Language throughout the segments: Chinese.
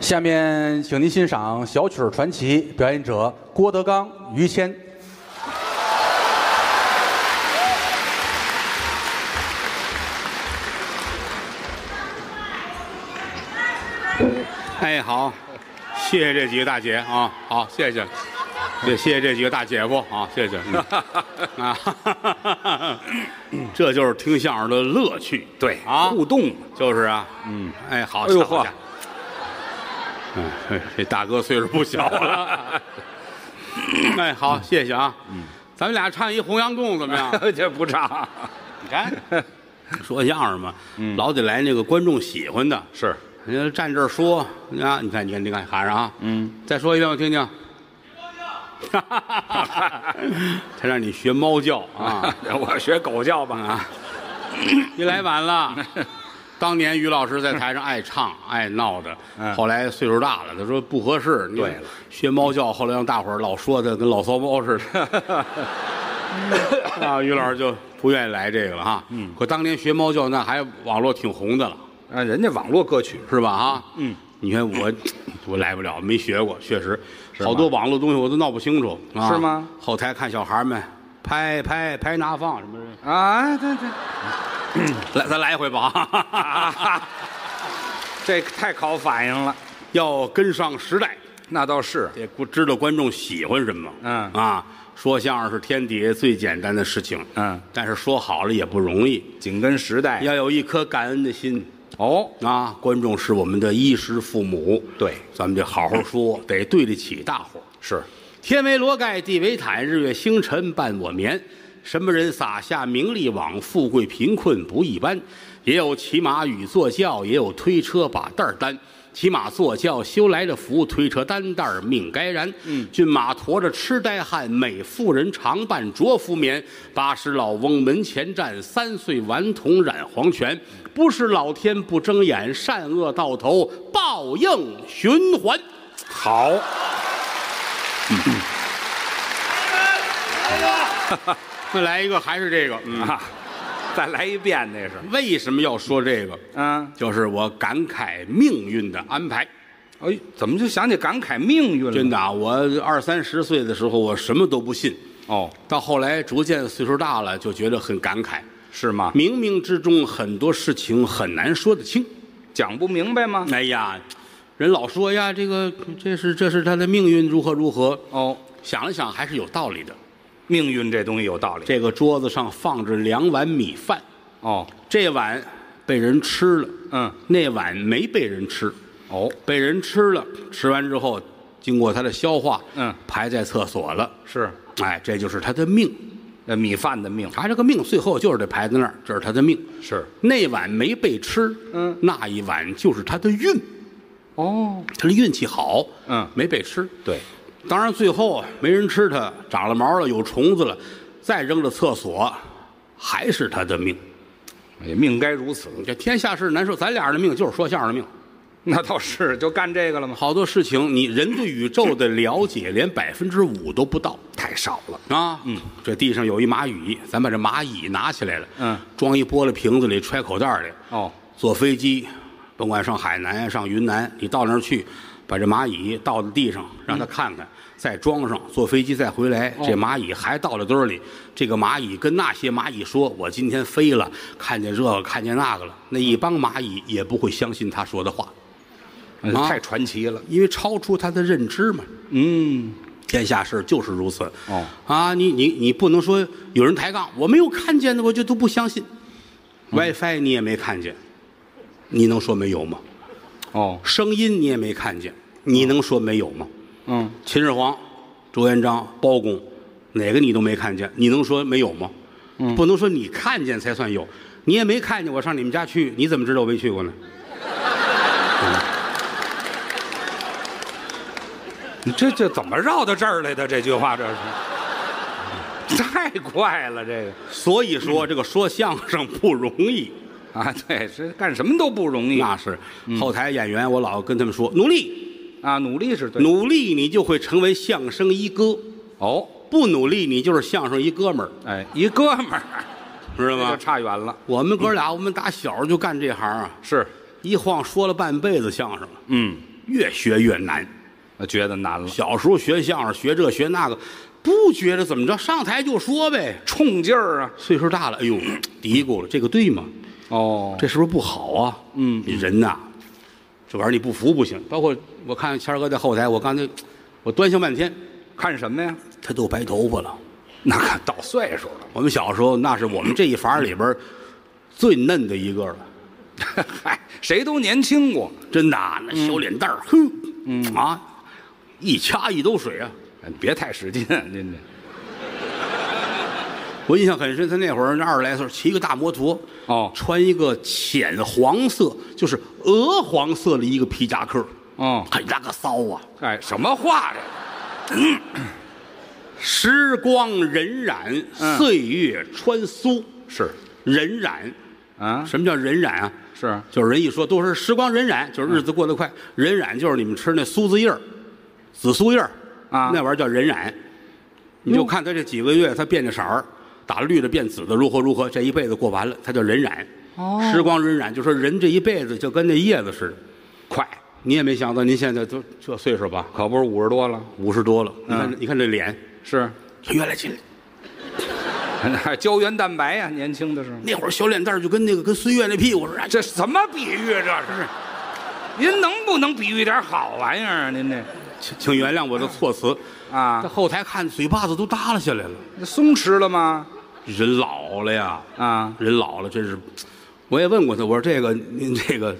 下面，请您欣赏小曲儿传奇，表演者郭德纲、于谦。哎，好，谢谢这几个大姐啊，好，谢谢，也谢谢这几个大姐夫啊，谢谢。 嗯、啊， 这就是听相声的乐趣，对啊，互动就是啊，嗯，哎，好，哎呦好嚯嗯，嘿这大哥岁数不小了。哎，好，谢谢啊，嗯，咱们俩唱一《洪阳洞》怎么样？ 这不差， 你看， 嗯说相声嘛，老得来那个观众喜欢的，是你要站这儿说，你看，你看，你看，你看，喊上啊！嗯，再说一遍，我听听。 他让你学猫叫啊！ 我学狗叫吧，啊你来晚 了。当年于老师在台上爱唱爱闹的，后来岁数大了，他说不合适。你嗯对了，学猫叫，后来让大伙儿老说他跟老骚包似的。嗯 啊，于老师就不愿意来这个了哈。嗯，可当年学猫叫那还网络挺红的了。啊，人家网络歌曲是吧？啊，嗯，你看我，我来不了，没学过，确实，好多网络东西我都闹不清楚，啊、是吗？后台看小孩们拍拍拍拿放什么的，啊，对对，来，咱来一回吧，这太考反应了，要跟上时代，那倒是，得知道观众喜欢什么，嗯啊，说相声是天底下最简单的事情，嗯，哎但是说好了也不容易，紧跟时代。要有一颗感恩的心。哦，啊，观众是我们的衣食父母，对咱们得好好说， 得对得起大伙儿。是，天为罗盖，地为毯，日月星辰伴我眠。什么人撒下名利网？富贵贫困不一般。也有骑马与坐轿，也有推车把担儿担。骑马坐轿修来的福，推车担担儿命该然。嗯，骏马驮着痴呆汉，美妇人常伴着夫眠。八十老翁门前站，三岁顽童染黄泉。不是老天不睁眼，善恶到头报应循环。好，再来一个，还是这个。嗯。 啊，再来一遍，那是，为什么要说这个？啊，就是我感慨命运的安排。哎，怎么就想起感慨命运了？真的啊，我二三十岁的时候，我什么都不信，哦，到后来逐渐岁数大了，就觉得很感慨。是吗？冥冥之中，很多事情很难说得清。讲不明白吗？哎呀，人老说哎呀，这个这是这是他的命运如何如何。哦，想了想，还是有道理的。命运这东西有道理。这个桌子上放着两碗米饭，哦，这碗被人吃了，嗯，那碗没被人吃。哦，被人吃了，吃完之后经过它的消化，嗯排在厕所了，是，哎，这就是他的命，呃，米饭的命他这个命最后就是得排在那儿，这是他的命。是。那碗没被吃，嗯，那一碗就是他的运，哦，他的运气好，嗯没被吃。对，当然最后没人吃它，长了毛了，有虫子了，再扔到厕所，还是他的命。也哎命该如此。这天下事难说，咱俩人的命就是说相声的命。那倒是，就干这个了吗？好多事情，你人对宇宙的了解连百分之五都不到。太少了。啊，嗯，这地上有一蚂蚁，咱把这蚂蚁拿起来了，嗯，装一玻璃瓶子里，揣口袋里，哦，坐飞机，甭管上海南、上云南，你到那儿去，把这蚂蚁倒到地上，让它看看，再装上，坐飞机再回来，这蚂蚁还倒在堆儿里。这个蚂蚁跟那些蚂蚁说：“我今天飞了，看见这个，看见那个了。”那一帮蚂蚁也不会相信他说的话，啊哎太传奇了。因为超出他的认知嘛。嗯，天下事就是如此。哦，啊，你你你不能说有人抬杠，我没有看见的，我就都不相信。WiFi 你也没看见，你能说没有吗？哦，声音你也没看见，你能说没有吗？嗯，秦始皇、朱元璋、包公，哪个你都没看见，你能说没有吗？不能说你看见才算有，你也没看见。我上你们家去，你怎么知道我没去过呢？你这这怎么绕到这儿来的？这句话这是 太快了，这个所以说，这个说相声不容易。啊，对，是干什么都不容易那是后台演员，我老跟他们说，努力，啊，努力是对。努力，你就会成为相声一哥；哦，不努力，你就是相声一哥们儿，哎，一哥们儿，知道这就吗？差远了。我们哥俩，我们打小就干这行啊，是，一晃说了半辈子相声了。嗯，越学越难。我觉得难了，小时候学相声，学这学那个，不觉着怎么着，上台就说呗。冲劲儿啊！岁数大了，哎呦， 嘀咕了，这个对吗？哦，这是不是不好啊？嗯，你人呐，这玩意儿你不服不行。包括我看谦儿哥在后台，我刚才我端详半天，看什么呀？他都白头发了。那可到岁数了，我们小时候那是我们这一房里边儿最嫩的一个了， 嗨，谁都年轻过。真的啊，那小脸蛋儿，哼，嗯啊，一掐一兜水啊。哎别太使劲，啊您这我印象很深，他那会儿那二十来岁，骑个大摩托，哦穿一个浅黄色，就是鹅黄色的一个皮夹克，哦很大个骚啊！哎，什么话这？时光荏苒，嗯岁月穿梭，是荏苒。啊，什么叫荏苒啊？是嗯就是人一说都是时光荏苒，就是日子过得快。荏苒就是你们吃那苏子叶儿、紫苏叶儿啊那玩意儿叫荏苒。你就看他这几个月，他变着色儿，打了绿的变紫的，如何如何，这一辈子过完了，他叫荏苒。哦，时光荏苒，就说人这一辈子就跟那叶子似的，快。你也没想到，您现在都这岁数吧，可不是五十多了，五十多了，你嗯看、你看这脸，是， 越来劲。还胶原蛋白呀、年轻的时候。那会儿小脸蛋儿就跟那个跟孙越那屁股似的，啊这什么比喻？啊这是？您能不能比喻点好玩意儿啊？您这请请原谅我的措辞。这啊，后台看嘴巴子都耷拉下来了，松弛了吗？人老了呀，啊，人老了真是。我也问过他，我说这个您这个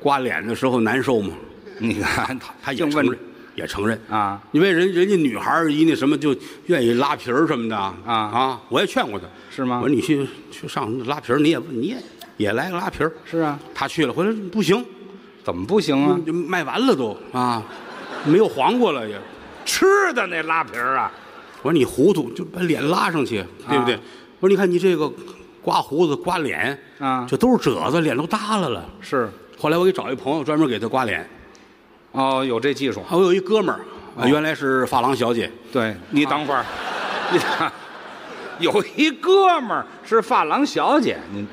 刮脸的时候难受吗？你看他他也净承问认，也承认啊，因为人人家女孩儿一那什么就愿意拉皮儿什么的啊啊啊，我也劝过他，是吗我说你去去上拉皮儿，你也你也也来个拉皮儿，是啊，他去了回来不行，怎么不行啊？就卖完了都啊，没有黄瓜了也。吃的那拉皮儿啊，我说你糊涂，就把脸拉上去，对不对？啊我说你看你这个刮胡子、刮脸啊这都是褶子，脸都耷拉了。是后来我给找一朋友专门给他刮脸，哦，有这技术。我有一哥们儿、哦啊，原来是发廊小姐，对你等会 儿，你看，有一哥们儿是发廊小姐，您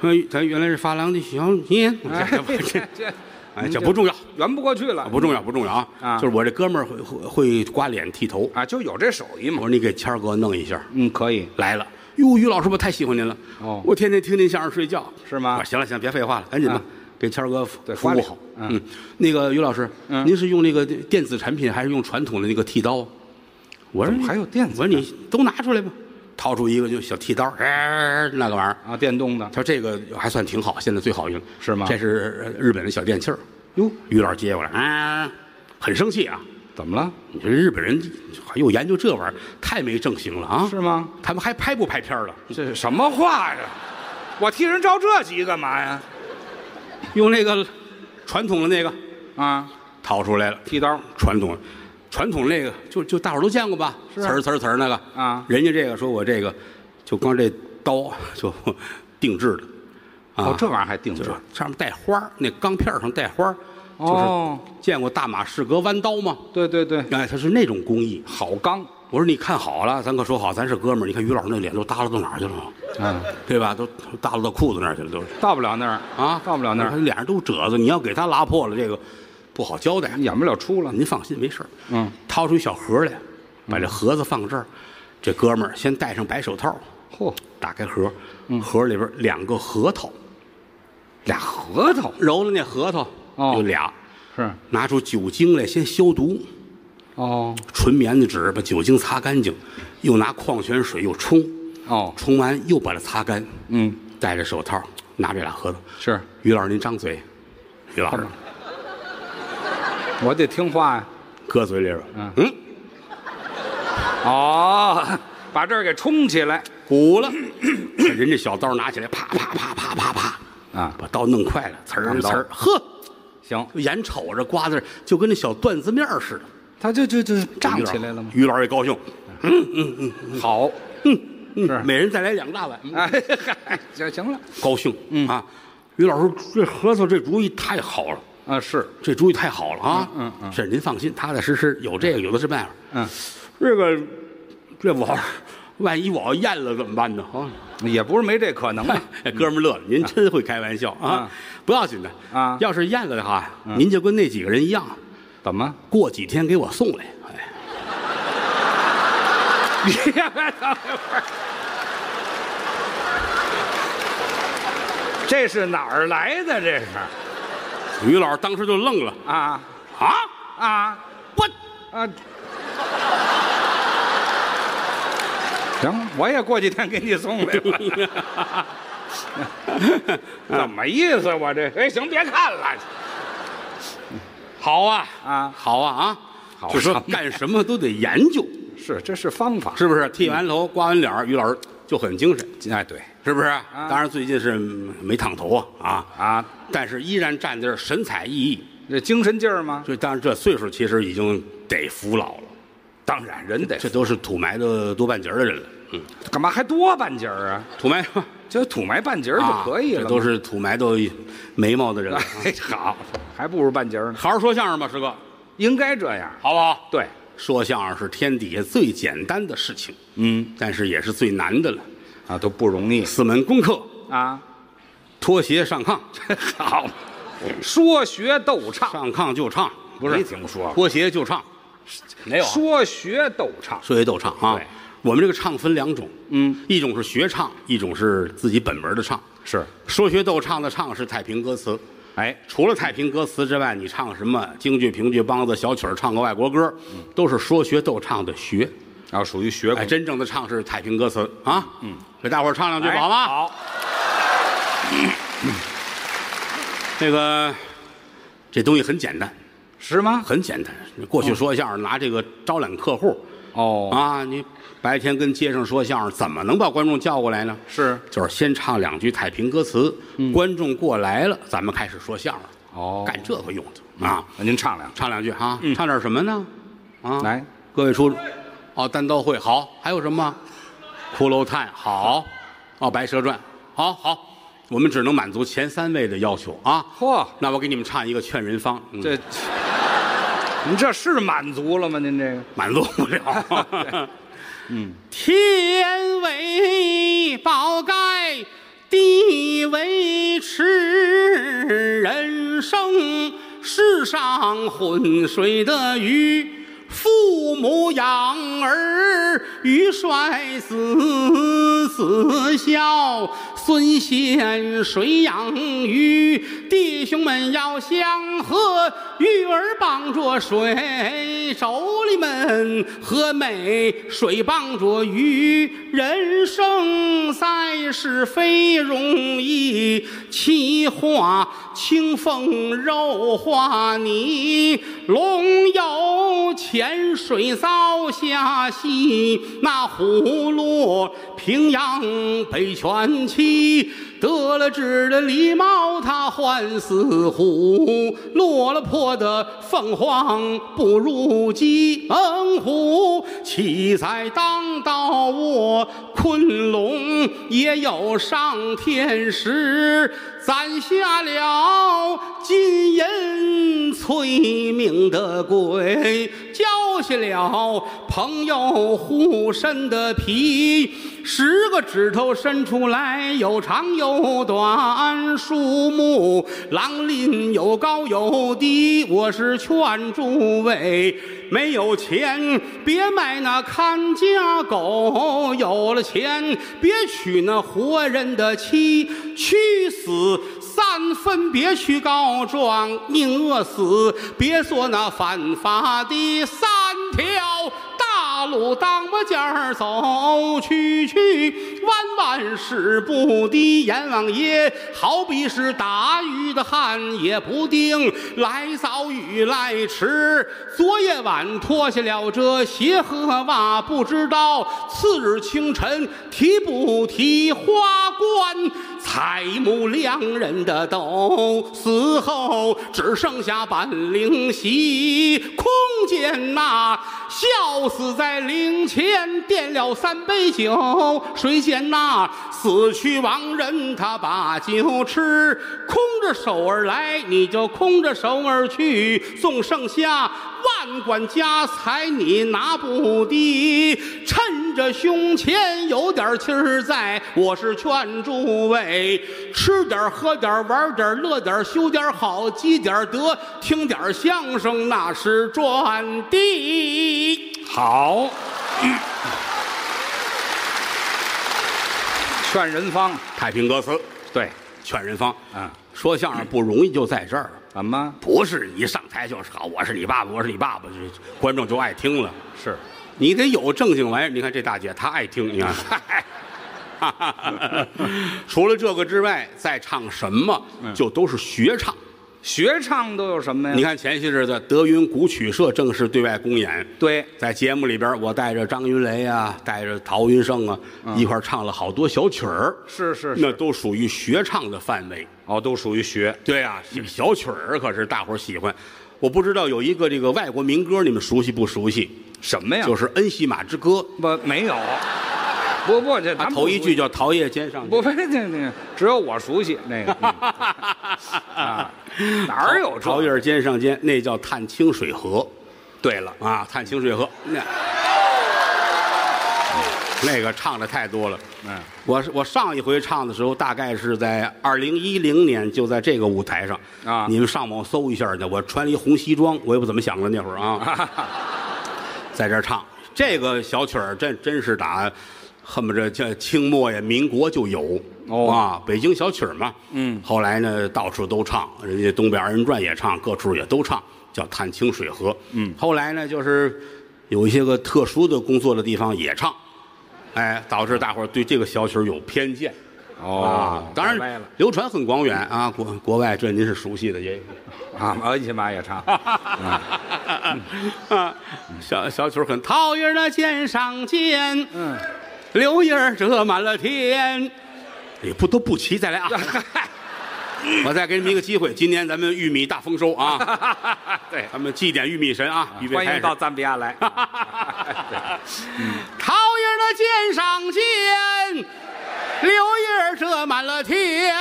他他原来是发廊的小姐，哎这 这哎这不重要，圆不过去 了不重要不重要啊！啊就是我这哥们儿会会会刮脸剃头，啊，就有这手艺我嘛。说你给谦儿哥弄一下，嗯，可以。来了。哟，于老师，我太喜欢您了。哦我天天听您相声睡觉，是吗啊行了行了，别废话了，赶紧吧啊，给谦儿哥对服花务脸好。嗯，那个于老师，嗯您是用那个电子产品还是用传统的那个剃刀？我说怎么还有电子我说你都拿出来吧，掏出一个就小剃刀，哎，那个玩意儿。啊，电动的他说这个还算挺好，现在最好用是吗这是日本的小电器儿。哟，于老师接过来，啊，很生气啊！怎么了？你说日本人还又研究这玩意儿，太没正形了啊！是吗？他们还拍不拍片儿了？这是什么话呀？我替人着这急干嘛呀？用那个传统的那个啊，掏出来了，剃刀传统传统那个就就大伙儿都见过吧？是呲儿呲儿呲儿那个啊人家这个说我这个就光这刀 就定制的啊，哦，这玩意儿还定就制是上面带花儿那钢片儿上带花儿哦就是见过大马士革弯刀吗？对对对，哎，它是那种工艺。好钢，我说你看好了，咱可说好，咱是哥们儿。你看于老师那脸都耷拉到哪儿去了，啊嗯，对吧？都都耷拉到裤子那儿去了，都是到不了那儿啊，到不了那他儿，脸上都褶子，你要给他拉破了，这个不好交代。演不了出了。您放心，没事儿。嗯，掏出一小盒来，把这盒子放这儿。这哥们儿先戴上白手套， 嚯，打开盒，嗯盒里边两个核桃，俩核桃揉的那核桃哦有俩，是拿出酒精来先消毒，哦纯棉的纸把酒精擦干净，又拿矿泉水又冲，哦，冲完又把它擦干。嗯，戴着手套，拿这俩核桃。是于老师，您张嘴，于老师干嘛 我得听话呀。搁嘴里边，嗯嗯，哦，把这儿给冲起来鼓了， 人这小刀拿起来，啪啪啪啪啪啪，啊，把刀弄快了，呲儿钢刀呲儿，呵，行，眼瞅着刮子就跟那小段子面儿似的，它就就就胀起来了吗？于老师也高兴，好，是嗯，每人再来两大碗，哎 嗨，行行了高兴，嗯啊，于老师这核桃这主意太好了，啊，是这主意太好了啊，嗯嗯嗯这您放心，踏踏实实有这个有的是办法，嗯，这个这玩意儿 万一我要咽了怎么办呢？啊，也不是没这可能啊。 哎哥们儿乐了，您真会开玩笑啊啊！不要紧的啊嗯要是咽了的话，您就跟那几个人一样， 怎么？过几天给我送来。哎，别等一会儿， 这是哪儿来的？这是于老师当时就愣了啊啊！啊我啊！行，我也过几天给你送来吧。啊怎么意思？我这哎，行，别看了 好啊啊好啊啊！好就说什么干什么都得研究，是，这是方法。是不是？剃完头、刮完脸儿，于老师就很精神，哎，对是不是？啊当然最近是没烫头啊啊！啊，但是依然站在这儿神采奕奕。这精神劲儿吗？这当然，这岁数其实已经得服老了，当然，人得这都是土埋的多半截儿的人了。嗯，干嘛还多半截儿啊？土埋啊就土埋半截儿就可以了这嘛。都是土埋到眉毛的人了。 啊哎，好，还不如半截儿呢，好好说相声吧，师哥，应该这样。好不好？对，说相声是天底下最简单的事情，嗯，但是也是最难的了。啊，都不容易四门功课：啊。脱鞋上炕， 好，说学逗唱，上炕就唱，不是没听说过脱鞋就唱，没啊说学逗唱，说学逗唱啊对。我们这个唱分两种，嗯，一种是学唱，一种是自己本门的唱。是，说学逗唱的唱是太平歌词，哎，除了太平歌词之外，你唱什么京剧、评剧、梆子、小曲儿，唱个外国歌，嗯都是说学逗唱的学。啊，属于学哎，工，真正的唱是太平歌词啊。嗯，给大伙儿唱两句吧好吗？哎。好，那个这东西很简单，是吗？很简单。过去说相声拿这个招揽客户，嗯哦，啊，你白天跟街上说相声，怎么能把观众叫过来呢？是，嗯就是先唱两句太平歌词，观众过来了，咱们开始说相声。哦嗯干这个用的啊，那您唱两句，唱两句啊，唱点什么呢？啊，来，各位出，哦，单刀会好，还有什么？骷髅叹好，哦，白蛇传好好，我们只能满足前三位的要求啊。嚯那我给你们唱一个劝人方，嗯、这，您这是满足了吗？您这个满足不了。嗯，天为宝盖，地为池，人生世上浑水的鱼。父母养儿鱼帅子，子孝孙贤水养鱼，弟兄们要相和，鱼儿帮着水，妯娌们和美，水帮着鱼，人生在世非容易，气化清风肉化泥，龙游浅水遭下戏，那葫芦平阳北泉妻。得了志的狸猫，它换死虎；落了魄的凤凰不如鸡。嗯虎岂在当道卧，昆龙也有上天时。攒下了金银催命的鬼，交下了朋友护身的皮，十个指头伸出来，有长有短。树木狼林有高有低，我是劝诸位，没有钱别买那看家狗，有了钱别娶那活人的妻，去死三分别去告状，宁饿死别做那犯法的三条大路当么尖儿走，去去弯弯使不低，阎王爷好比是打鱼的汉也不定，来早与来迟。昨夜晚脱下了这鞋和袜，不知道次日清晨提不提花冠。采木良人的斗，死后只剩下板灵席。空见那笑死在灵前，垫了三杯酒。谁见那死去亡人，他把酒吃，空着手而来，你就空着手而去。纵剩下万贯家财，你拿不低，趁。趁着胸前有点气儿在，我是劝诸位，吃点儿喝点儿玩点儿乐点儿修点儿好积点儿德，听点儿相声那是赚的。好，嗯劝人方，太平歌词对，劝人方，嗯，说相声不容易就在这儿，怎么不是一上台就是好，我是你爸爸，我是你爸爸，这观众就爱听了。是？你得有正经玩意儿。你看这大姐，她爱听，你看。 除了这个之外，再唱什么就都是学唱。学唱都有什么呀？你看前些日子德云古曲社正式对外公演，对，在节目里边，我带着张云雷啊，带着陶云胜啊，一块儿唱了好多小曲儿，是是那是，都属于学唱的范围。哦，都属于学。对啊，这个小曲儿可是大伙儿喜欢。我不知道有一个这个外国民歌，你们熟悉不熟悉？什哎么呀？就是是《恩西马之歌》。不没有，不不，这咱他们头一句就叫“桃叶尖上”， 不非那那，只有我熟悉那个嗯啊，哪儿有桃这？叶尖上尖，那叫探清水河对了，啊，探清水河那那个唱的太多了。嗯，我是我上一回唱的时候，大概是在二零一零年，就在这个舞台上啊你们上网搜一下去，我穿了一红西装，我也不怎么想了那会儿啊，在这儿唱这个小曲儿，真真是打恨不着这清末呀、民国就有哦啊，北京小曲儿嘛。嗯，后来呢，到处都唱，人家东北二人转也唱，各处也都唱，叫《探清水河》。嗯，后来呢，就是有一些个特殊的工作的地方也唱，哎，导致大伙儿对这个小曲儿有偏见。啊哦，当太歪然了流传很广远啊，国国外这您是熟悉的也。啊，而且妈也唱，啊， 小小曲儿很，桃叶儿的肩上肩，嗯，柳叶儿遮满了天。也不都不齐，再 来啊！我再给你们一个机会，今年咱们玉米大丰收 啊！对，咱们祭奠玉米神啊！预备欢开迎始到赞比亚来。桃叶儿的肩上肩，柳叶儿遮满了天。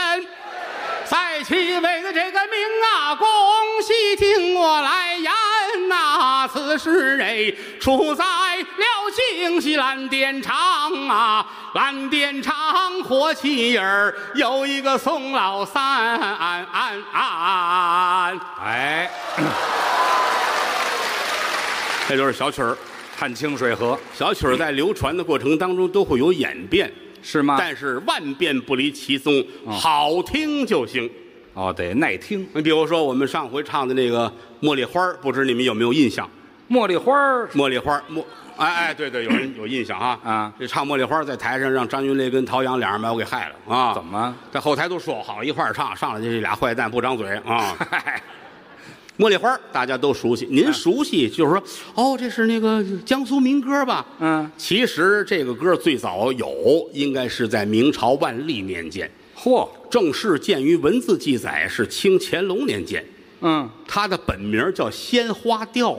在七位的这个名啊，恭喜听我来言呐、此事哎，出在了京西蓝靛厂啊，蓝靛厂火器儿有一个宋老三。哎，这就是小曲儿，看清水河小曲儿在流传的过程当中都会有演变。是吗？但是万变不离其宗，啊好听就行。哦，得耐听。你比如说，我们上回唱的那个《茉莉花》，不知你们有没有印象？茉莉花儿茉莉花，茉，哎哎，对对，有人 有印象啊啊这唱茉莉花在台上让张云雷跟陶阳俩人把我给害了啊！怎么？在后台都说好一块儿唱，上来就这俩坏蛋不张嘴 啊！茉莉花大家都熟悉，嗯您熟悉就是说，哦，这是那个江苏民歌吧？嗯，其实这个歌最早有，应该是在明朝万历年间，嚯，正式见于文字记载是清乾隆年间。嗯，它的本名叫鲜花调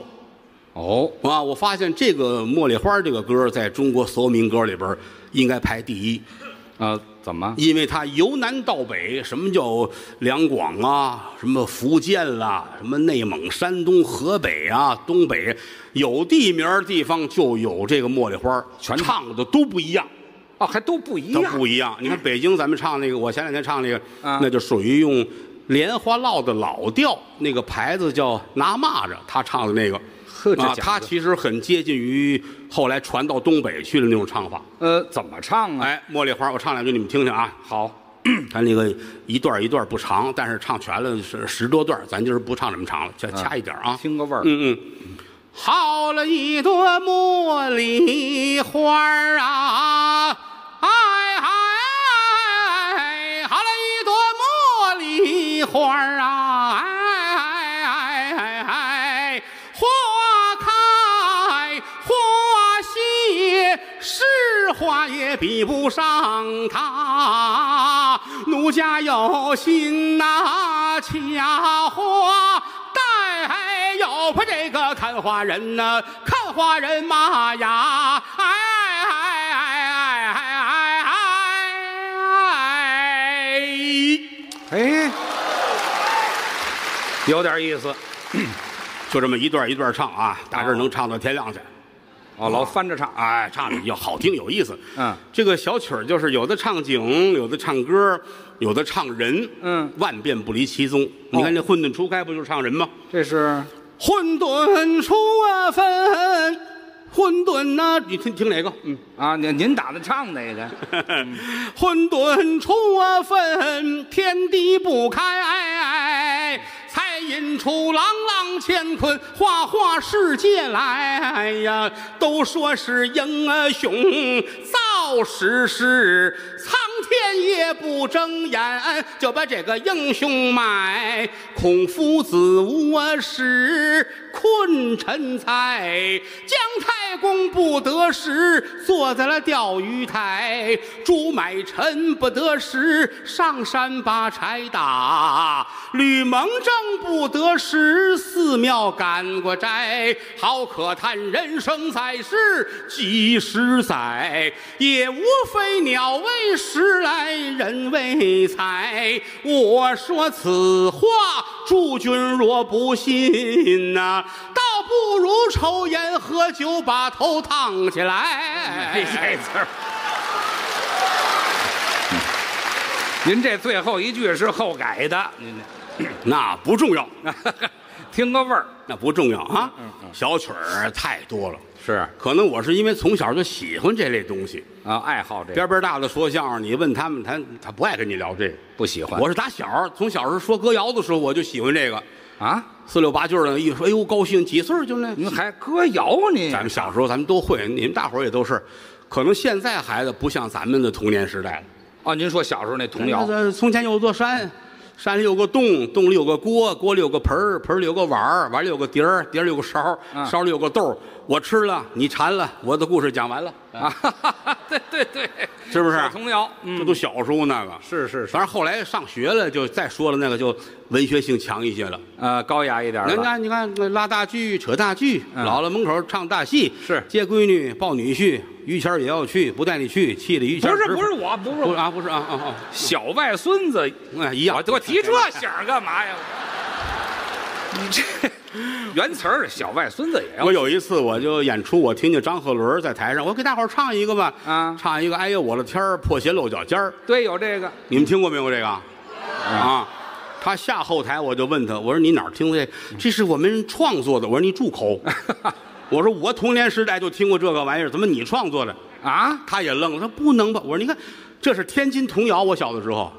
哦，啊！我发现这个《茉莉花》这个歌在中国所有民歌里边儿应该排第一，啊，怎么？因为它由南到北，什么叫两广啊，什么福建啦，什么内蒙、山东、河北啊，东北有地名儿地方就有这个茉莉花，全唱的都不一样。哦，还都不一都样。不一样。你看北京咱们唱那个，我前两天唱那个，啊那就属于用莲花落的老调，那个牌子叫拿蚂蚱，他唱的那个。呵这啊讲，究他其实很接近于后来传到东北去的那种唱法。呃，怎么唱啊？哎，茉莉花，我唱两句你们听听啊。 好，他那个一段一段不长，但是唱全了是十多段，咱今儿不唱这么长了，就嗯掐一点啊。听个味儿。嗯嗯，好了一朵茉莉花儿啊，哎哎哎，好了一朵茉莉花儿啊，哎哎哎哎，花开花谢，是花也比不上它。奴家有心呐、啊掐花戴。哎呦，怕这个看花人呐、看花人嘛呀，哎哎哎哎哎哎哎，哎，有点意思。就这么一段一段唱啊，大致能唱到天亮去。哦，老翻着唱，哎，唱的比较好听有意思。嗯这个小曲儿就是有的唱景，有的唱歌，有的唱人，嗯万变不离其宗。你看这混沌初开不就是唱人吗？这是混沌初啊分，混沌呐、你听听哪个？嗯，啊，您您打的唱哪个？混沌初啊分，天地不开，才引出朗朗乾坤，花花世界来哎呀！都说是英啊雄造时势，苍天也不睁眼就把这个英雄埋。孔夫子无啊时，困臣才，姜太公不得时，坐在了钓鱼台；朱买臣不得时，上山把柴打；吕蒙正不得时，寺庙赶过斋。好可叹人生在世几十载，也无非鸟为食来人为财。我说此话，诸君若不信呐、倒不如抽烟喝酒，把头烫起 来。哎，这词儿。嗯您这最后一句是后改的，您 那不重要，这听个味儿那不重要啊。小曲儿太多了，是可能我是因为从小就喜欢这类东西。啊，爱好这个边边大的说相声，你问他们，他他不爱跟你聊这个。不喜欢我是打小从小时候说歌谣的时候，我就喜欢这个啊，四六八句儿的，一说哎呦高兴，几岁儿就那。您还歌谣呢？咱们小时候咱们都会，你们大伙儿也都是。可能现在孩子不像咱们的童年时代了。哦，您说小时候那童谣那个从前有座山，山里有个洞，洞里有个锅，锅里有个盆儿，盆里有个碗儿，碗里有个碟儿，碟儿里有个勺儿，嗯勺里有个豆儿。我吃了，你馋了，我的故事讲完了，啊，哈哈哈对对 对，是不是？小童谣，这嗯，都小时候那个。是是是，反正后来上学了，就再说了那个就文学性强一些了。呃，高雅一点你了，看，你看，那拉大锯、扯大锯，嗯姥姥门口唱大戏，是接闺女、抱女婿，于谦儿也要去，不带你去，气得于谦不儿是直不是我，不是不是我，啊，不是啊啊啊，小外孙子，啊哎，一样我，我提这 响儿干嘛呀？ 你这原词儿，小外孙子也要我有一次我就演出，我听见张鹤伦在台上，我给大伙儿唱一个吧，啊唱一个，哎呦我的天儿，破鞋露脚尖儿，对，有这个你们听过没有这个？啊，他下后台我就问他，我说你哪儿听的这？这是我们创作的。我说你住口！我说我童年时代就听过这个玩意儿，怎么你创作的？啊，他也愣了，他说不能吧？我说你看，这是天津童谣，我小的时候，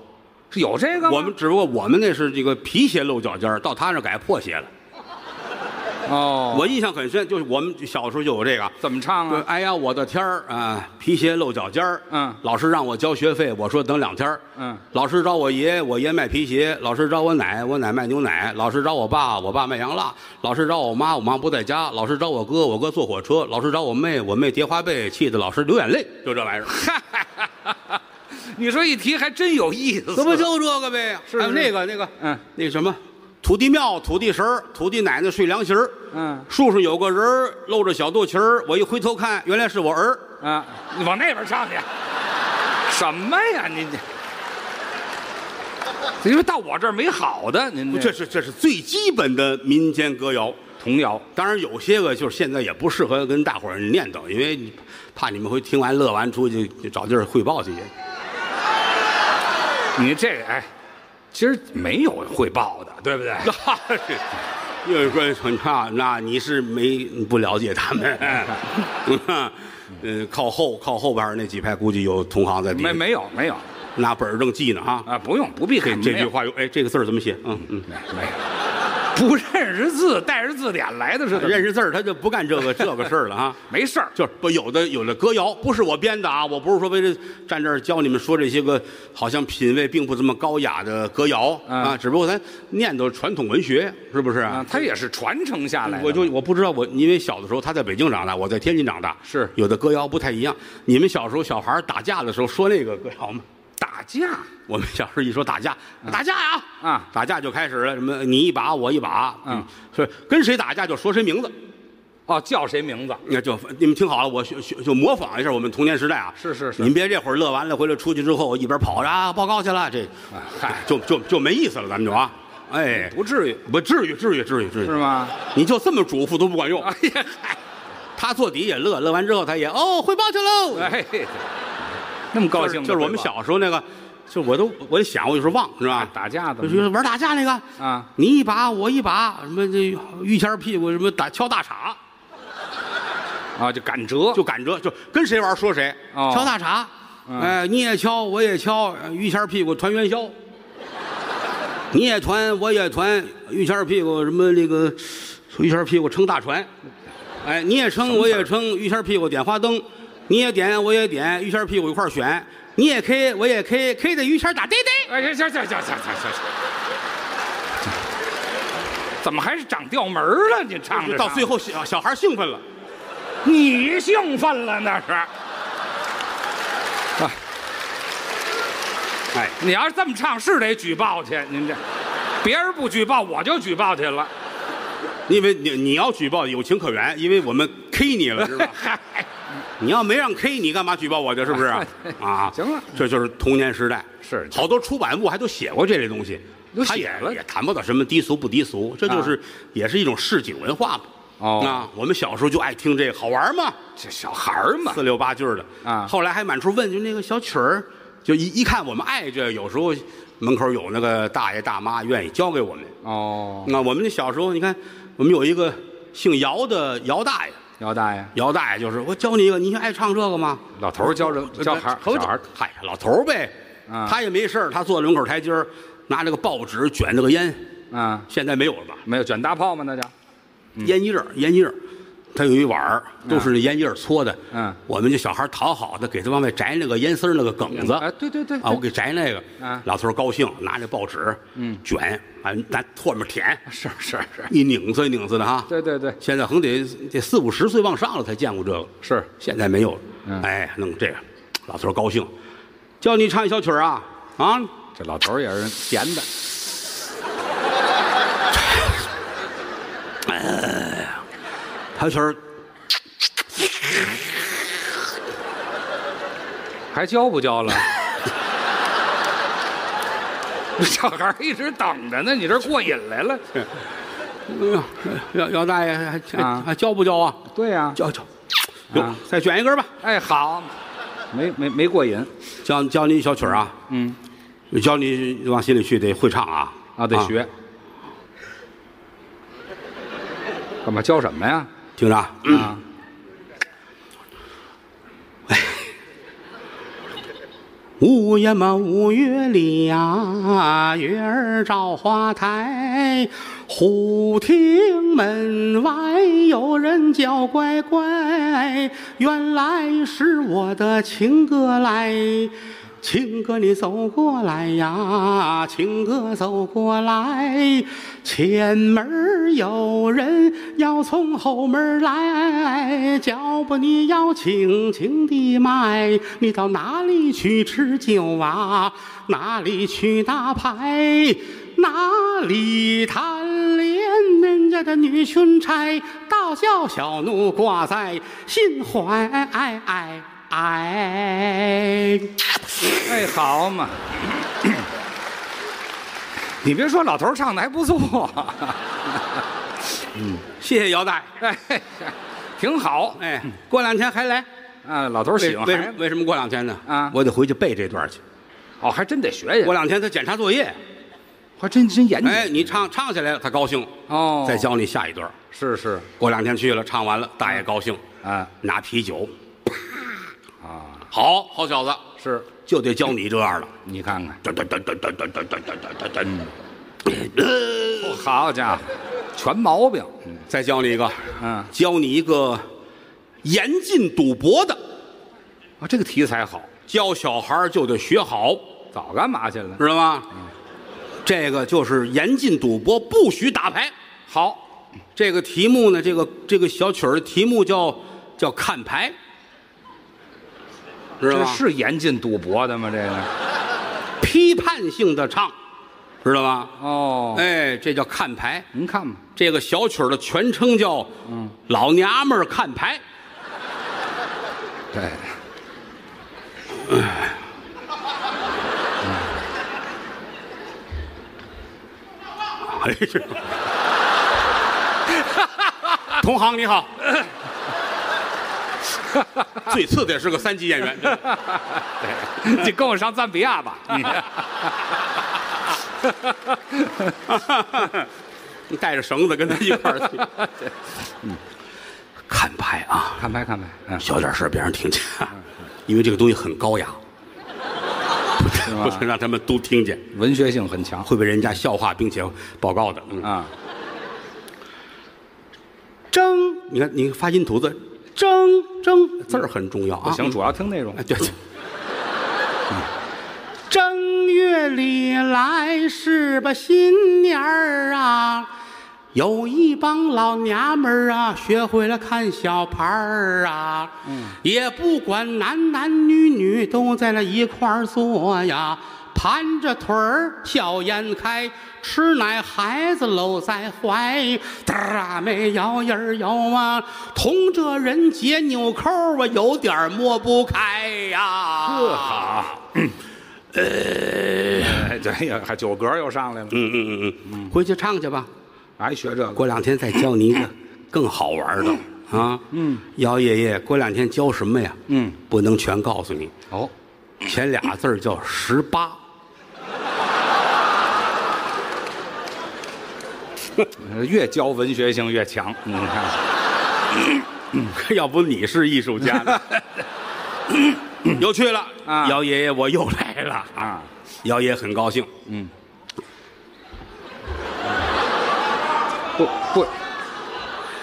是有这个吗我们只不过我们那是这个皮鞋露脚尖儿，到他那儿改破鞋了。哦，我印象很深，就是我们小时候就有这个。怎么唱对啊？哎呀，我的天儿啊！皮鞋露脚尖儿。嗯老师让我交学费，我说等两天儿嗯老师找我爷，我爷卖皮鞋；老师找我奶，我奶卖牛奶；老师找我爸，我爸卖洋蜡；老师找我妈，我妈不在家；老师找我哥，我哥坐火车；老师找我妹，我妹叠花被，气得老师流眼泪。就这玩意儿， 你说一提还真有意思，这不就这个呗？是还有是那个那个，嗯，那个什么，土地庙、土地神儿、土地奶奶睡凉席儿。嗯树上有个人儿露着小肚脐儿，我一回头看，原来是我儿。啊，你往那边唱去，什么呀？您这，因为到我这儿没好的，您这是是这是最基本的民间歌谣。童谣当然，有些个就是现在也不适合跟大伙儿念叨，因为你怕你们会听完乐完出去就找地儿汇报去。你这个哎，其实没有汇报的，对不 对？又有说那那你是没不了解他们， 嗯，靠后靠后边儿那几排估计有同行在底没下没有没有拿本儿正记呢啊。啊，不用不必这看这没句有话有哎，这个字儿怎么写？嗯嗯，没有，不认识字，带着字典来的是认识识字儿他就不干这个这个事儿了啊。没事儿，就是不有的有的歌谣不是我编的啊，我不是说为了站这儿教你们说这些个好像品味并不怎么高雅的歌谣、嗯啊，只不过咱念叨传统文学是不是啊啊？，他也是传承下来的。我就我不知道我，因为小的时候他在北京长大，我在天津长大，是有的歌谣不太一样。你们小时候小孩儿打架的时候说那个歌谣吗？ 打架，我们小时候一说打架，打架呀啊打架就开始了，什么你一把我一把，嗯，是跟谁打架就说谁名字，哦，叫谁名字？那就你们听好了，我学学就模仿一下我们童年时代啊。是是是您别这会儿乐完了回来出去之后，我一边跑着啊报告去了，这哎嗨，就就就没意思了，咱们就啊，哎，不至于不至于，至于，至于，至于是？吗？你就这么嘱咐都不管用，哎哎呀，嗨，他坐底下也乐，乐完之后他也哦汇报去喽，哎，那么高兴的就是就是我们汇报小时候那个，就我都我一想我有时候忘是吧？啊打架的就，是玩打架那个哎啊你一把我一把，什么这于谦儿屁股什么打敲大叉，啊，就赶折， 就赶着就跟谁玩说谁，哦嗯敲大叉，哎你也敲我也敲，于谦儿屁股团元宵，你也团我也团，于谦儿屁股什么那个，于谦儿屁股撑大船，哎你也撑我也撑，于谦儿屁股点花灯，你也点我也点，于谦儿屁股一块儿选，你也 K 我也 K，K 的于谦儿打嘚嘚，哎，行行行行行行行行，怎么还是长调门儿了？你唱着到唱最后小小孩儿兴奋了。你兴奋了那是。哎，你要是这么唱，是得举报去。您这，别人不举报，我就举报去了。因为你你要举报有情可原，因为我们 K 你了，是吧？嗨，？你要没让 K 你，干嘛举报我去？是不是啊 啊行了这就是童年时代。是好多出版物还都写过这类东西，都他写也了啊也谈不到什么低俗不低俗，这就是、也是一种市井文化嘛。哦啊，我们小时候就爱听这个，好玩嘛，这小孩儿嘛，四六八句儿的啊后来还满处问，就那个小曲儿，就一一看我们爱这，有时候门口有那个大爷大妈愿意教给我们。哦，那我们那小时候，你看，我们有一个姓姚的姚大爷，姚大爷，姚大爷就是我教你一个，你爱唱这个吗？老头儿教人教孩儿头小孩儿，嗨，老头儿呗，嗯他也没事儿他坐在门口台阶儿，拿着个报纸卷着个烟，啊，现在没有了吧？没有卷大炮吗？那叫嗯烟叶儿，烟叶儿，他有一碗儿，都是那烟叶儿搓的。嗯我们这小孩儿讨好的，给他往外摘那个烟丝儿那个梗子。哎，对对对，啊，我给摘那个，啊老头儿高兴，拿着报纸，嗯，卷，啊，拿唾沫舔，是是是，一拧子一拧子的哈，对对对，现在横得得四五十岁往上了才见过这个，是现在没有了。嗯哎，弄这个，老头儿高兴，叫你唱一小曲儿啊啊！这老头儿也是闲的，小曲儿还教不教了？ 小孩儿一直等着呢，你这过瘾来了？哎呦姚姚大爷还啊还还教不教啊？对呀，教教，哟啊，再卷一根吧，哎，好，没没没过瘾，教教你一小曲儿啊，嗯，教你往心里去得会唱啊啊，得学。干嘛教什么呀？听着啊， 啊，五月嘛，五月里呀、月儿照花台，忽听门外有人叫乖乖，原来是我的情哥来。情哥，你走过来呀！情哥，走过来，前门儿有人要从后门儿来，脚步你要轻轻地迈，你到哪里去吃酒啊？哪里去打牌？哪里贪恋人家的女裙钗？倒叫小奴挂在心怀哎哎哎哎，好嘛。你别说，老头儿唱的还不错，谢谢姚大爷，哎，挺好。哎，过两天还来。啊，老头儿为喜欢为孩什子为什么过两天呢？啊我得回去背这段去。哦，还真得学过学，两天他检查作业，还真真严谨。哎，你唱唱起来了，他高兴，哦，再教你下一段。是是过两天去了，唱完了，大爷高兴，啊拿啤酒，啊，好好小子，是就得教你这样的。你看看，噔噔噔噔噔噔噔噔噔噔哦好家伙，全毛病。噔，再教你一个，嗯啊，教你一个严禁赌博的，啊这个题材好，教小孩儿就得学好，早干嘛去了？知道吗？这个就是严禁赌博，不许打牌。好，这个题目呢，这个这个小曲儿的题目叫叫看牌，知道这吗？是严禁赌博的吗？这个批判性的唱，知道吗？哦，哎，这叫看牌。您看吧，这个小曲儿的全称叫嗯“老娘们儿看牌对，”， 哎啊 呦，同行你好，最次的也是个三级演员。你跟我上赞比亚吧。你带着绳子跟他一块儿去。 嗯，看牌啊，看牌看牌， 嗯，小点声，别让人听见，啊因为这个东西很高雅，不能让他们都听见，文学性很强会被人家笑话并且报告的。嗯，啊。争，你看，你发音图字，争争字儿很重要啊。行，主要听内容哎，。对对。正月里来是吧新年儿啊，有一帮老娘们儿啊，学会了看小牌儿啊，也不管男男女女都在那一块儿坐呀，盘着腿儿，笑颜开，吃奶孩子搂在怀，大妹摇呀儿摇啊，同这人解纽扣啊，有点儿抹不开呀、这啊好， 呃，这呀，还酒格又上来了，嗯嗯嗯嗯，回去唱去吧，还学这个过两天再教你一个更好玩的啊。嗯，姚爷爷，过两天教什么呀？嗯，不能全告诉你，哦，前俩字儿叫十八。 越教文学性越强。你看，要不你是艺术家 呢，又去了。啊姚爷爷，我又来了啊！姚爷爷很高兴，嗯，不不，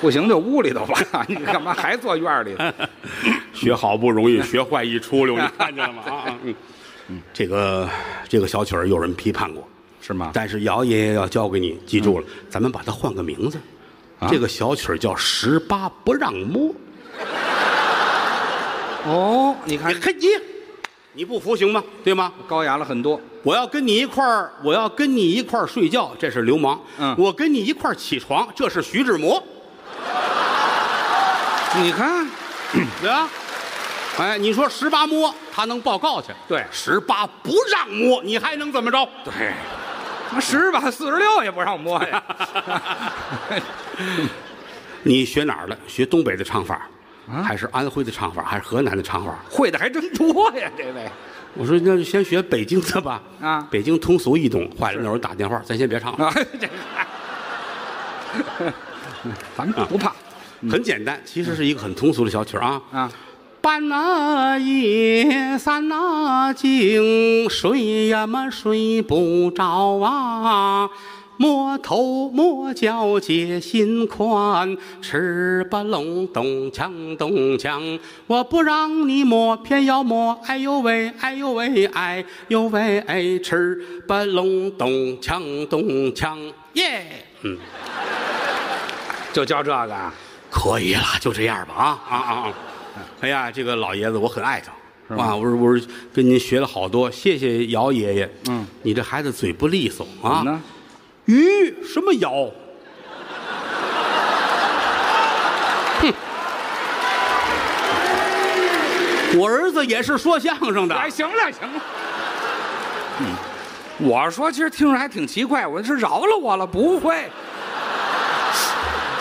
不行，就屋里头吧。 你干嘛还坐院儿里头？学好不 容易，学坏一出溜，你看见了吗？啊啊，嗯嗯，这个这个小曲儿有人批判过，是吗？但是姚爷爷要教给你，记住了，嗯咱们把它换个名字。啊这个小曲儿叫《十八不让摸》。哦，你你看看你，你不服行吗？对吗？高雅了很多。我要跟你一块儿，我要跟你一块儿睡觉，这是流氓。嗯我跟你一块儿起床，这是徐志摩，你看，对吧？哎，你说十八摸，他能报告去。对十八不让摸，你还能怎么着？对，他十把四十六也不让摸呀。你学哪儿的？学东北的唱法，啊还是安徽的唱法，还是河南的唱法？会的还真多呀，这位。 我说那就先学北京的吧，啊北京通俗易懂。坏了，那有人打电话，咱先别唱了。啊，这，咱们不怕。很简单，其实是一个很通俗的小曲儿啊。啊，半那夜，三那井，睡呀嘛睡不着啊。摸头摸脚解心宽，吃吧隆咚锵咚锵，我不让你摸，偏要摸，哎呦喂，哎呦喂，哎呦喂，哎，吃吧隆咚锵咚锵，耶，嗯，就教这个啊，可以了，就这样吧啊啊啊！啊！哎呀，这个老爷子我很爱他，啊，我说我说跟您学了好多，谢谢姚爷爷。嗯，你这孩子嘴不利索怎么啊呢？？鱼什么咬？哼！我儿子也是说相声的，哎，行了行了。嗯，我说其实听着还挺奇怪，我是饶了我了，不会。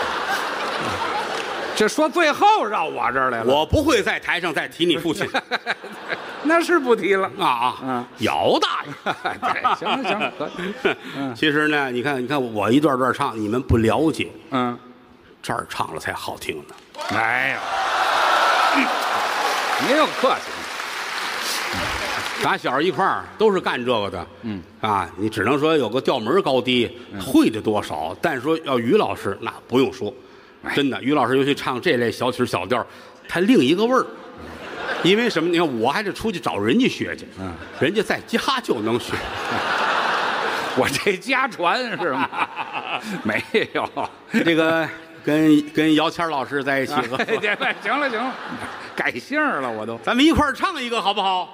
这说最后绕我这儿来了，我不会在台上再提你父亲那是不提了。啊啊嗯！姚大爷， 对，行了行嗯了，可以。其实呢，你看，你看，我一段段唱，你们不了解，嗯，这儿唱了才好听呢。哎呀，您有客气。咱小时候一块儿都是干这个的，嗯啊，你只能说有个调门高低，嗯会的多少。但是说要于老师，那不用说，哎真的，于老师尤其唱这类小曲儿小调儿，他另一个味儿。因为什么？你看，我还得出去找人家学去，嗯，人家在家就能 学。我这家传是吗？没有。这个跟跟姚谦儿老师 在一起哎合作，这行了行了，改姓了我都，咱们一块儿唱一个好不好？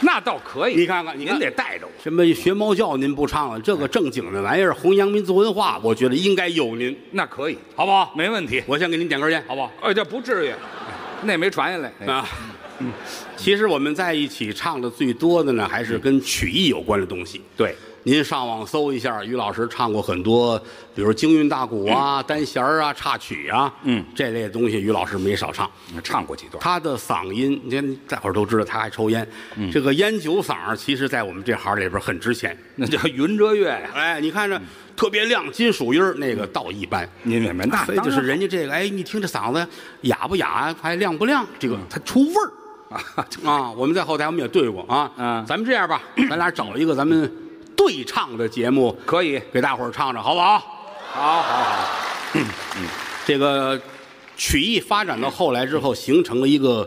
那倒可以。你看看，你看您得带着我。什么学猫叫您不唱了，这个正经的玩意儿，弘扬民族文化，我觉得应该有您，那可以，好不好？没问题。我先给您点根烟，好不好？呃，这不至于，那没传下来。那啊，其实我们在一起唱的最多的呢，还是跟曲艺有关的东西。对，您上网搜一下，于老师唱过很多，比如京韵大鼓啊、单弦儿啊、插曲啊，嗯，这类东西于老师没少唱。唱过几段，他的嗓音，您大伙儿都知道，他还抽烟。这个烟酒嗓儿，其实在我们这行里边很值钱。那叫云遮月呀。哎，你看着嗯特别亮，金属音儿那个倒一般。您明白那啊所以就是当然人家这个，哎，你听这嗓子哑不哑，还亮不亮？嗯这个它出 味儿。啊，啊，我们在后台我们也对过啊。嗯咱们这样 吧，咱俩找一个咱们对唱的节目，可以，给大伙儿唱唱，好不好？好好好，这个曲艺发展到后来之后，形成了一个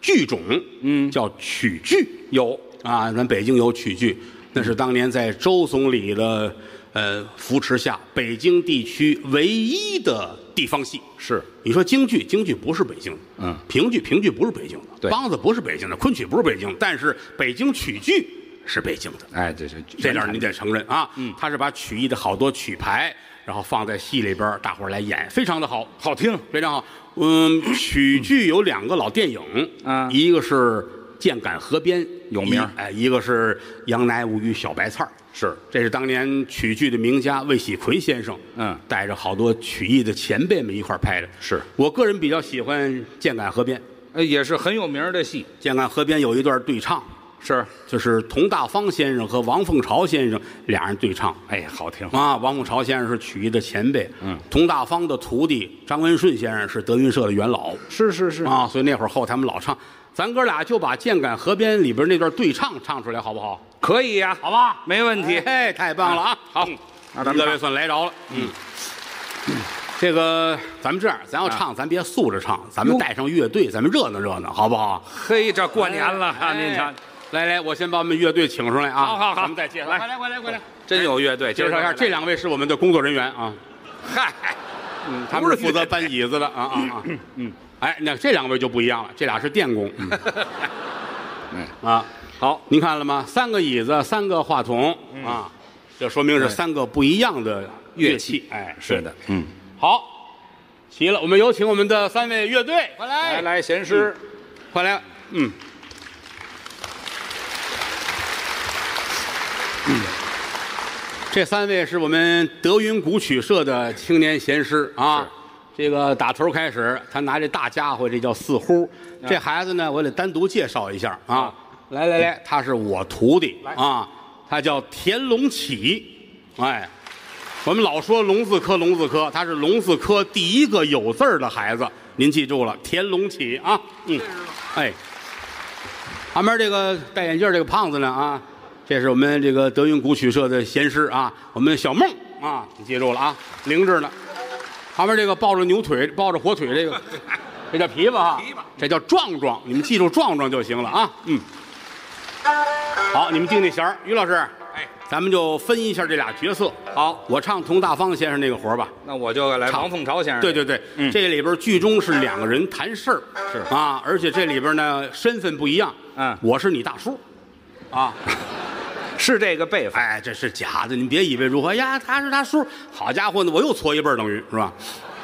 剧种，嗯，叫曲剧有啊。咱北京有曲剧，那是当年在周总理的呃扶持下，北京地区唯一的地方戏。是你说京剧，京剧不是北京的，嗯，评剧，评剧不是北京的，对梆子不是北京的，昆曲不是北京的，但是北京曲剧是北京的，哎，这是这点儿你得承认啊。嗯，他是把曲艺的好多曲牌，然后放在戏里边儿，大伙儿来演，非常的好，好听非常好。嗯，曲剧有两个老电影，啊一个是《箭杆河边》有名儿一哎，一个是《杨乃武与小白菜儿》。是这是当年曲剧的名家魏喜奎先生，嗯带着好多曲艺的前辈们一块儿拍的。是我个人比较喜欢《箭杆河边》，《呃也是很有名儿的戏，箭杆河边》有一段对唱，是就是佟大方先生和王凤朝先生俩人对唱。哎好听，啊，王凤朝先生是曲艺的前辈，嗯，佟大方的徒弟张文顺先生是德云社的元老，是是是啊，所以那会儿后台我们老唱，咱哥俩就把《箭杆河边》里边那段对唱唱出来，好不好？可以呀，好吧，没问题哎，太棒了啊！好，那咱各们位唱算来着了，嗯。这个咱们这样，咱要唱，咱别素着唱，咱们啊哟带上乐队，咱们热闹热闹，好不好？嘿，这过年了啊，哎您瞧，，来来，我先把我们乐队请上来啊！好好好咱们再介绍，来快来快来快来，真哎有乐队，介绍一下，这两位是我们的工作人员啊。嗨，嗯他们是负责搬椅子的啊啊啊！嗯，哎，那这两位就不一样了，这俩是电工。 嗯，啊，好，您看了吗？三个椅子，三个话筒啊，这说明是三个不一样的乐器。哎，是的，嗯，好，齐了，我们有请我们的三位乐队，快来，来，来贤师，快来，嗯。这三位是我们德云古曲社的青年贤师啊。这个打头开始，他拿这大家伙，这叫四呼。这孩子呢，我得单独介绍一下嗯啊。来来来，他是我徒弟啊，他叫田龙起，哎，我们老说龙字科，龙字科，他是龙字科第一个有字儿的孩子，您记住了，田龙起啊，嗯，哎，旁边这个戴眼镜儿这个胖子呢啊，这是我们这个德云古曲社的贤师啊，我们小孟啊，你记住了啊，灵着呢。旁边这个抱着牛腿、抱着火腿这 个，这叫琵琶啊，琵琶这叫壮壮，你们记住壮壮就行了啊，嗯。好，你们定定弦儿，于老师，哎，咱们就分一下这俩角色。好，我唱佟大方先生那个活儿吧。那我就来王凤朝先生，对，对对，这里边剧中是两个人谈事儿，嗯是啊，而且这里边呢身份不一样。嗯我是你大叔，啊，是这个辈分，哎，这是假的，你别以为如何哎呀，他是他叔，好家伙呢，我又搓一辈儿等于是吧？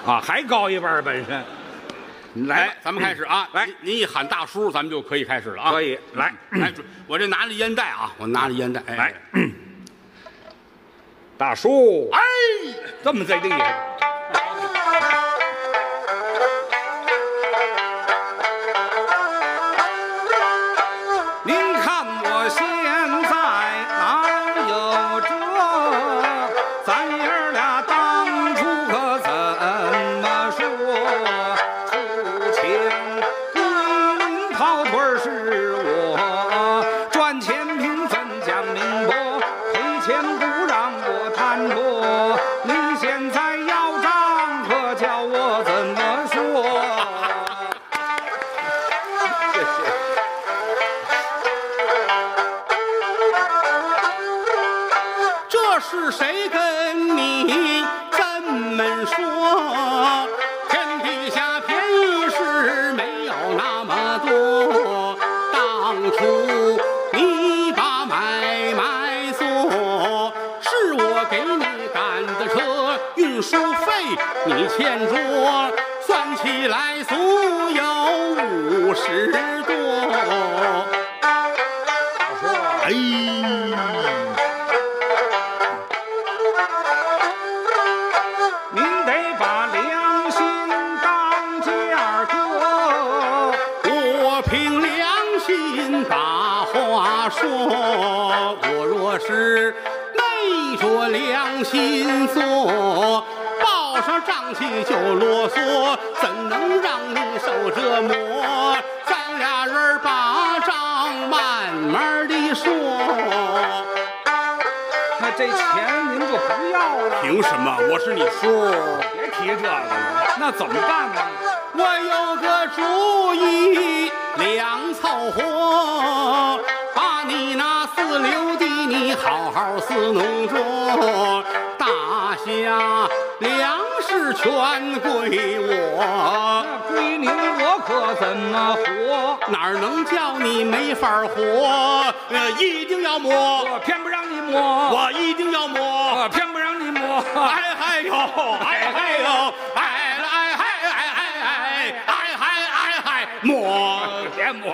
啊，还高一辈儿本身，来哎，咱们开始啊，来您您一喊大叔，咱们就可以开始了啊。可以来，哎，准我这拿着烟袋啊，我拿着烟袋，哎来，嗯大叔，哎，这么贼的也，哎您看我现在哪有这？咱爷儿俩当初可怎么说？出钱滚跑腿儿是我，赚钱凭分讲明白，赔钱不让我摊薄。您现在要账，可叫我怎么说？这是谁跟你这么说？天底下便宜事没有那么多。当初你把买卖做，是我给你赶的车，运输费你欠着，算起来足有五十多。哎。说，我若是昧着良心做，报上账去就啰嗦，怎能让你受折磨？咱俩人儿把账慢慢的说。那这钱您就不要了，凭什么？我是你叔，别提这个了。那怎么办呢？我有个主意，两凑合，把你那四流地你好好四弄着，大夏粮食全归我。那归您，我可怎么活？哪儿能叫你没法活？呃，一定要摸，我偏不让你摸，我一定要摸。我偏不让你摸。哎嗨呦，哎嗨呦，哎了哎嗨哎哎哎哎嗨哎嗨摸。别摸，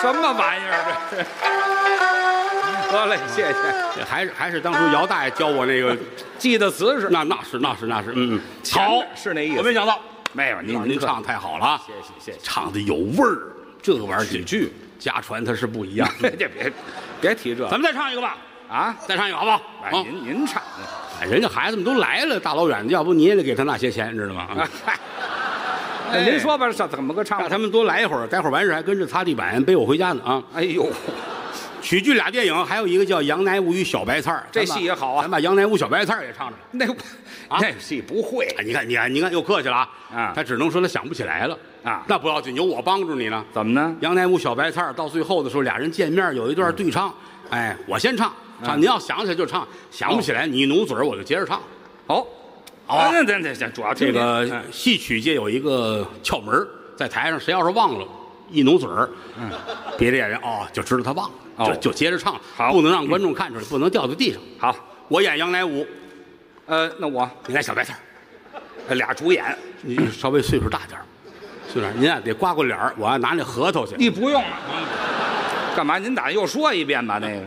什么玩意儿这是？得嘞，谢谢，这还是还是当初姚大爷教我那个， 记得瓷实。那那是那是那是，嗯，钱好是那意思我没想到，没有，您您唱得太好了啊，谢谢谢谢。唱的有味儿，这个玩意儿曲剧家传它是不一样这别别提这 咱们再唱一个吧，啊！再唱一个好不好？哎啊，您您唱，哎人家孩子们都来了，大老远的，要不你也得给他那些钱，知道 吗？啊嗨，那您说吧，这怎么个唱让？他们多来一会儿，待会儿完事还跟着擦地板背我回家呢啊！哎呦，曲剧俩电影，还有一个叫《杨乃武与小白菜儿》，这咱把戏也好啊咱把《杨乃武小白菜儿》也唱唱。那啊那戏不会哎，你看，你看，你看，又客气了啊！啊他只能说他想不起来了啊那不要紧，有我帮助你呢。怎么呢？杨乃武小白菜儿到最后的时候，俩人见面有一段对唱，嗯哎，我先唱，唱，您要想起来就唱，想不起来你一努嘴儿我就接着唱。哦，好啊那那那那主要这听您个嗯戏曲界有一个窍门儿在台上谁要是忘了，一努嘴儿，别的演员哦就知道他忘了，嗯哦就就接着唱了，好不能让观众看出来，不能掉在地上。好，我演杨乃武，呃，那我你来小白菜儿，俩主演，你 稍微岁数大点儿，岁数大您啊得刮刮脸儿，我啊拿那核桃去。你不用干嘛？您咋又说一遍吧？那个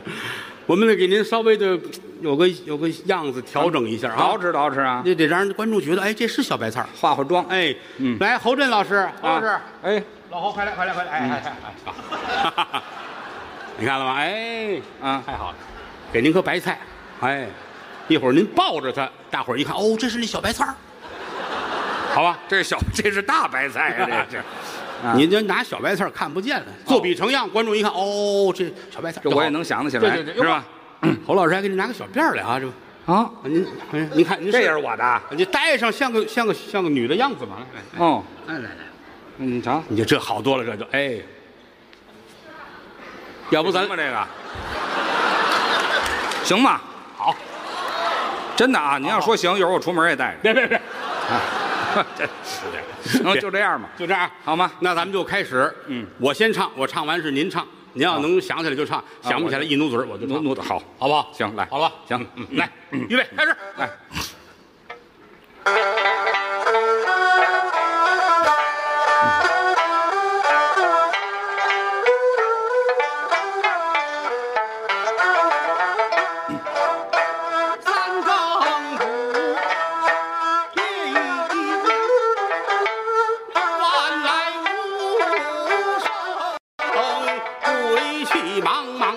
我们得给您稍微的有个有个样子调整一下啊捯，饬捯饬啊，这得让人观众觉得哎这是小白菜儿。化化妆。哎，来侯震老师，侯老师，啊，哎老侯快来快来快来，哎哎哎哎哎，你看了吗？哎，啊，太好了，给您颗白菜，哎，一会儿您抱着它，大伙儿一看，哦，这是那小白菜儿，好吧？这小 这是大白菜 啊，这是。啊您就拿小白菜儿看不见了，作比成样，观众一看，哦，这小白菜儿，这我也能想得起来，对对对是吧？嗯侯老师还给你拿个小辫儿来啊，这不啊，您哎您看您这也是我的啊。你戴上像个像个像个女的样子嘛，来来哦，嗯来来来，你瞧，你就这好多了，这就哎，要不咱行吗？这个 行吗？好，真的啊，您要说行，一会儿我出门也带 着。别别别， 嗯，就这 样吧，就这样，好吗？那咱们就开始，嗯，我先唱，我唱完是您唱，您要能想起来就唱，想不起来一努嘴儿我就努唱，啊努的好，好不好？行来好了吧，行嗯，来，预备开始，来，三更鼓，夜已低，晚来无声，归去茫茫。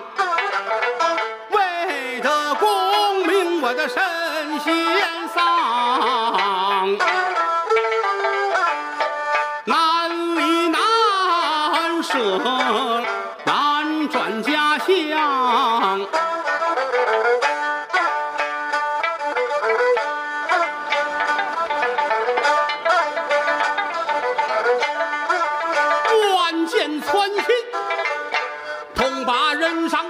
为得功名，我的身先丧，难离难舍，难转家乡。万箭穿心，痛把人伤，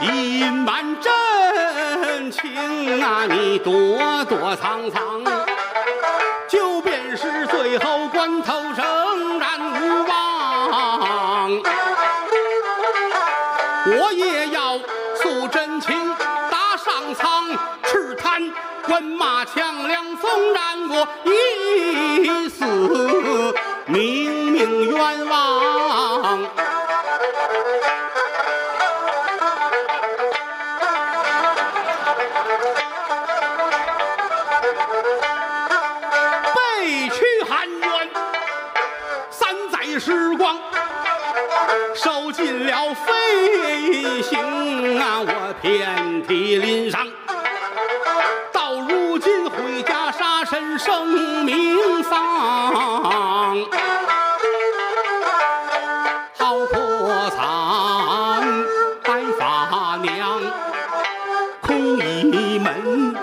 隐瞒真情啊，你躲躲藏藏，就便是最后关头仍然无望。我也要诉真情，打上苍，赤贪官马强梁，纵然我已死，明明冤枉。背去含冤，三载时光。受尽了飞行啊，我遍体鳞伤。到如今回家杀身声名丧，好破惨，白发娘，空倚门，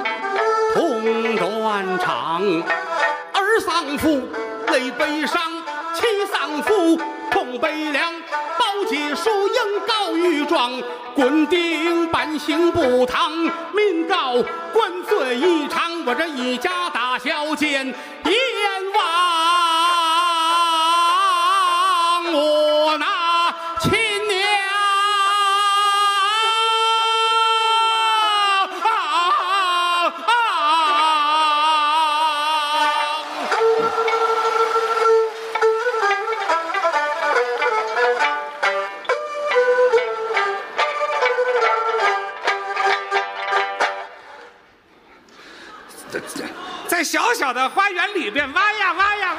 同断肠。儿丧父，泪悲伤；妻丧夫，痛悲凉。包解书应告御状，滚钉板刑不堂。民告官罪一场，我这一家打小见阎王，我那亲娘。Ah, 啊啊啊在小小的花园里边挖呀挖呀